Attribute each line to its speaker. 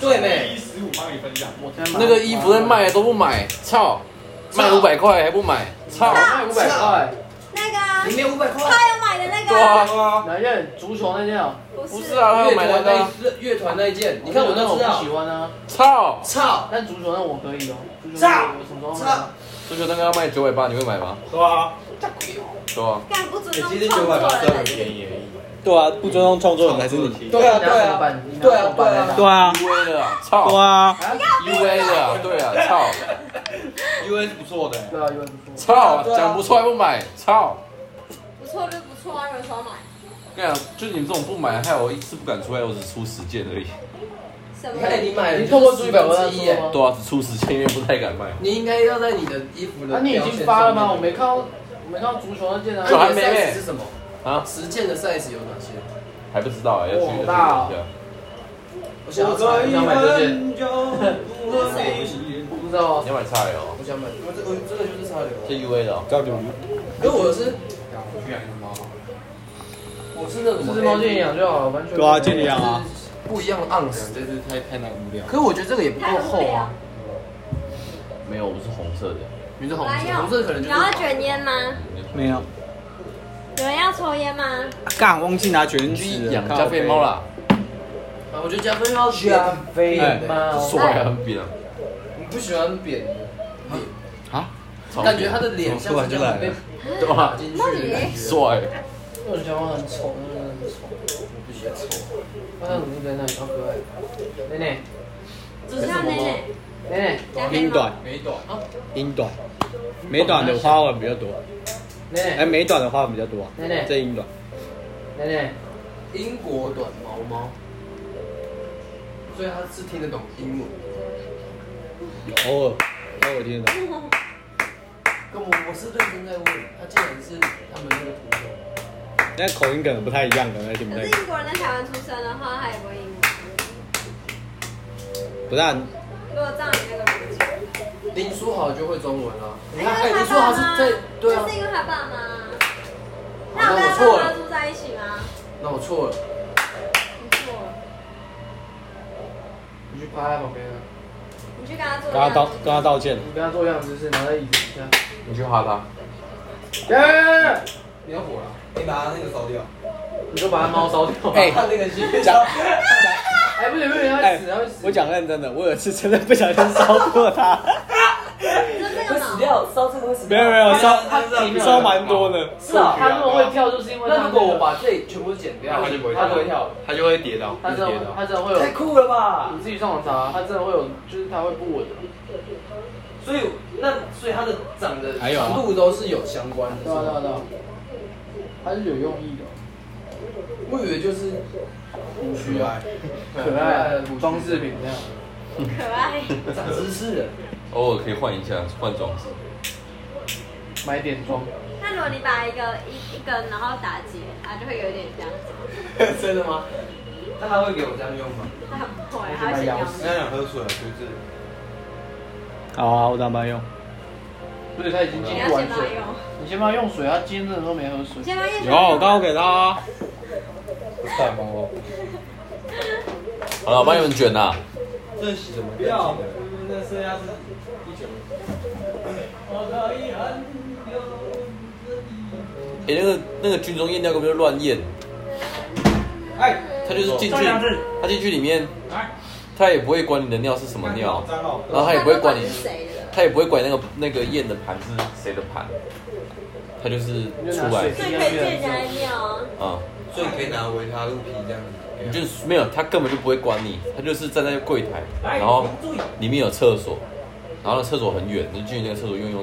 Speaker 1: 对呢
Speaker 2: 一十五帮你分享。
Speaker 3: 我现在买
Speaker 4: 那个衣服在卖都不买，操！卖五百块还不买，操！
Speaker 3: 卖五百块，
Speaker 5: 那个啊
Speaker 1: 你没有五百块？
Speaker 5: 他有买的那
Speaker 4: 对
Speaker 5: 个啊，
Speaker 1: 啊，
Speaker 3: 哪件足球那件啊？
Speaker 5: 不
Speaker 4: 不
Speaker 5: 是
Speaker 4: 是啊，他
Speaker 1: 乐
Speaker 4: 要买那
Speaker 1: 团
Speaker 4: 个啊，
Speaker 1: 那乐团那一件，你看我
Speaker 3: 哦那
Speaker 1: 都
Speaker 3: 我
Speaker 1: 知
Speaker 3: 不
Speaker 1: 道
Speaker 3: 喜。欢啊，
Speaker 4: 操！
Speaker 1: 操！
Speaker 3: 但足球那我可以哦。足球
Speaker 1: 操
Speaker 3: 我什么时候买
Speaker 1: 操
Speaker 3: 啊？！
Speaker 4: 足球那个要卖九百八，你会买吗？
Speaker 2: 对啊，
Speaker 4: 对啊，
Speaker 5: 干不尊
Speaker 6: 欸
Speaker 1: 哎
Speaker 5: 重
Speaker 6: 其实
Speaker 5: 创
Speaker 6: 九百
Speaker 5: 作
Speaker 6: 八真的
Speaker 5: 人
Speaker 6: 很
Speaker 5: 的
Speaker 6: 便
Speaker 5: 人。
Speaker 6: 宜而已。
Speaker 7: 对啊，不尊重创作人才是你。
Speaker 1: 对啊，
Speaker 3: 你拿
Speaker 1: 对
Speaker 3: 手
Speaker 1: 啊
Speaker 3: 办，你拿
Speaker 1: 对啊
Speaker 3: 手，办
Speaker 1: 对
Speaker 3: 来
Speaker 1: 啊
Speaker 3: 打。
Speaker 7: 对啊，
Speaker 4: U A 的啊，操！U A 的啊，
Speaker 7: 对啊，
Speaker 4: 对啊，操
Speaker 6: U N 是不错的、欸，
Speaker 3: 对啊，有点不错。
Speaker 4: 操！
Speaker 1: 对啊
Speaker 4: 讲不出来不买，操！
Speaker 5: 不错就不错啊，有什么买？
Speaker 4: 跟你讲，就你们这种不买，害我一次不敢出来，我只出十件而已。
Speaker 5: 什
Speaker 1: 你
Speaker 5: 么？
Speaker 1: 看，哎你买了，
Speaker 3: 你透过足球表格
Speaker 1: 之一耶
Speaker 3: 说吗？
Speaker 4: 对啊，只出十件，因为不太敢卖。
Speaker 1: 你应该要在你的衣服的
Speaker 3: 啊，你已
Speaker 1: 标签
Speaker 3: 经发了
Speaker 1: 上
Speaker 3: 吗？
Speaker 1: 面
Speaker 3: 我没看到，我没看到足球那件啊
Speaker 1: 那。
Speaker 4: 就还
Speaker 1: 你的
Speaker 4: 没妹
Speaker 1: size 是什么？
Speaker 4: 啊，
Speaker 1: 十件的 size 有哪些？
Speaker 4: 还不知道啊，要
Speaker 3: 哇
Speaker 4: 去要
Speaker 3: 好
Speaker 4: 去
Speaker 3: 大哦
Speaker 4: 看一下。
Speaker 1: 我想要查，
Speaker 3: 你
Speaker 1: 一
Speaker 3: 想
Speaker 1: 下，
Speaker 3: 买 这件？
Speaker 6: 我
Speaker 3: 不知道
Speaker 4: 你要买 XL 哦，
Speaker 1: 我想买，我这我这个就是差流。
Speaker 4: 是 U A 的哦。
Speaker 7: 交流
Speaker 1: 可我是，我是那种哎
Speaker 3: 这只猫建议养就好了，完全。哎
Speaker 7: 对啊，经理养啊，
Speaker 1: 不一样的 ounce，这是太太难无聊。可我觉得这个也不够
Speaker 5: 太无
Speaker 1: 厚
Speaker 5: 聊
Speaker 1: 啊，。
Speaker 4: 没有，我是红色的。
Speaker 1: 你是红
Speaker 5: 来
Speaker 1: 色，
Speaker 5: 用
Speaker 1: 啊红色可能就
Speaker 5: 你
Speaker 1: 是
Speaker 5: 要卷烟吗？
Speaker 7: 没有。
Speaker 5: 有人要抽烟吗？
Speaker 7: 啊干，忘记拿卷
Speaker 4: 你
Speaker 7: 纸
Speaker 4: 去
Speaker 7: 了。
Speaker 4: 养加菲嗯猫啦，
Speaker 1: 啊，我觉得加分要扁
Speaker 3: 加菲猫，
Speaker 4: 说还很扁啊。
Speaker 1: 你不喜欢扁的脸，
Speaker 7: 啊？
Speaker 1: 感觉他的脸像
Speaker 6: 突然
Speaker 1: 是这
Speaker 6: 就
Speaker 1: 样
Speaker 6: 来
Speaker 1: 被
Speaker 6: 了
Speaker 4: 对吧
Speaker 1: 打？进去的感觉。
Speaker 4: 帅，
Speaker 3: 我觉得我很丑，那个人很丑。
Speaker 1: 不喜欢丑。
Speaker 3: 他怎么在那里？好可爱。奶奶，
Speaker 5: 只是要奶奶，
Speaker 3: 奶奶，
Speaker 5: 加黑
Speaker 7: 英
Speaker 5: 吗
Speaker 7: 短？，
Speaker 6: 没短，
Speaker 7: 英短，美短的花纹比较多。
Speaker 3: 奶
Speaker 7: 哎，
Speaker 3: 奶，
Speaker 7: 美短的花纹比较多。
Speaker 3: 奶奶
Speaker 7: 这英短，
Speaker 3: 奶奶。
Speaker 1: 英国短毛猫，所以他是听得懂英文。
Speaker 7: 偶尔偶尔听得到。
Speaker 1: 跟我我是认真在问，他竟然是他们那个图片。
Speaker 7: 那口音可能不太一样，可能听 不
Speaker 5: 可
Speaker 7: 太
Speaker 5: 是
Speaker 7: 一
Speaker 5: 英国人在台湾出生的话，他也不会英文。
Speaker 7: 不但
Speaker 5: 如果照你那个逻辑，
Speaker 1: 林书豪就会中文啊，你
Speaker 5: 因
Speaker 1: 看，哎、
Speaker 5: 为他
Speaker 1: 林书豪
Speaker 5: 爸
Speaker 1: 是
Speaker 5: 妈，
Speaker 1: 在对啊哦
Speaker 5: 就，是因为他爸妈。那
Speaker 1: 那
Speaker 5: 我跟
Speaker 1: 我
Speaker 5: 他
Speaker 1: 错
Speaker 5: 爸妈
Speaker 1: 了，
Speaker 5: 住在一起吗？
Speaker 1: 那我错了，
Speaker 5: 不错了，
Speaker 3: 你去趴在旁边啊，
Speaker 5: 你去跟他做。
Speaker 7: 跟他道跟他道歉，
Speaker 3: 你跟他做一样姿势，拿在椅子底下。
Speaker 4: 你去哈他。
Speaker 3: 耶！
Speaker 1: 你要火了，
Speaker 6: 你把它那个烧掉。
Speaker 3: 你就把它猫烧掉。哎
Speaker 7: 哎
Speaker 1: 看那个是
Speaker 7: 讲
Speaker 3: 哎，不行不行，它会
Speaker 7: 哎
Speaker 3: 死，它会死。
Speaker 7: 我讲认真的，我有一次真的不小心烧过它，
Speaker 5: 就这个脑。
Speaker 1: 掉，烧这个会死
Speaker 7: 没有没有烧
Speaker 6: 它它
Speaker 7: 烧蛮多的，
Speaker 1: 是啊。
Speaker 3: 它那么会跳，就是因为
Speaker 1: 那
Speaker 3: 它
Speaker 1: 如果我把这里全部剪掉，
Speaker 6: 那他就不会
Speaker 1: 他
Speaker 6: 跳
Speaker 1: 不会跳了，
Speaker 6: 它就会跌倒，
Speaker 3: 它真的
Speaker 6: 一直
Speaker 3: 会，它真的会有，
Speaker 1: 太酷了吧？
Speaker 3: 你自己上网查，它真的会有，就是它会不稳的。
Speaker 1: 所以那所以它的长的
Speaker 7: 还有啊
Speaker 1: 长度都是有相关的，
Speaker 3: 对啊
Speaker 1: 是
Speaker 3: 对啊
Speaker 1: 吧？
Speaker 3: 对啊，它是有用意的，哦
Speaker 1: 我以为就是胡须啊，
Speaker 3: 可爱
Speaker 1: 胡须
Speaker 3: 装饰品这样。
Speaker 5: 可爱，
Speaker 1: 长知识了。
Speaker 4: 偶尔可以换一下，换装饰。
Speaker 3: 买点装，
Speaker 5: 那如果你把一个一一根然后打结，它就会有点这样子，
Speaker 1: 真的吗？那他会给我这样用吗？
Speaker 5: 它很不会，它会形容。
Speaker 6: 你要想喝水，不是？
Speaker 7: 好啊，我当班用，
Speaker 3: 不是它已经
Speaker 5: 你
Speaker 3: 经
Speaker 5: 要
Speaker 3: 不完
Speaker 5: 先帮它
Speaker 3: 水
Speaker 5: 用，，
Speaker 3: 你先帮它用水，它今天真的都没喝水
Speaker 5: 你。先帮它用。
Speaker 7: 有我刚刚给他啊，
Speaker 6: 大猫，
Speaker 4: 好了，我帮你们卷啊啦。
Speaker 7: 嗯
Speaker 6: 这洗什么？不要，
Speaker 4: 哎，那个那个军中验尿根本就乱验，
Speaker 2: 哎，
Speaker 4: 他就是进去，他进去里面，他也不会管你的尿是什么尿，
Speaker 2: 脏哦，
Speaker 4: 然后他也不会管你
Speaker 5: 它是，谁的。
Speaker 4: 他也不会管那个那个验的盘是谁的盘，他就是出来
Speaker 5: 所以可以借人家的尿哦。
Speaker 4: 啊，
Speaker 6: 所以可以拿维他露皮这样
Speaker 4: 你
Speaker 6: 子。
Speaker 4: 就是没有，他根本就不会管你，他就是站
Speaker 6: 哎
Speaker 4: 在柜台，然后里面有厕所，然后那厕所很远，你进去那个厕所用一用出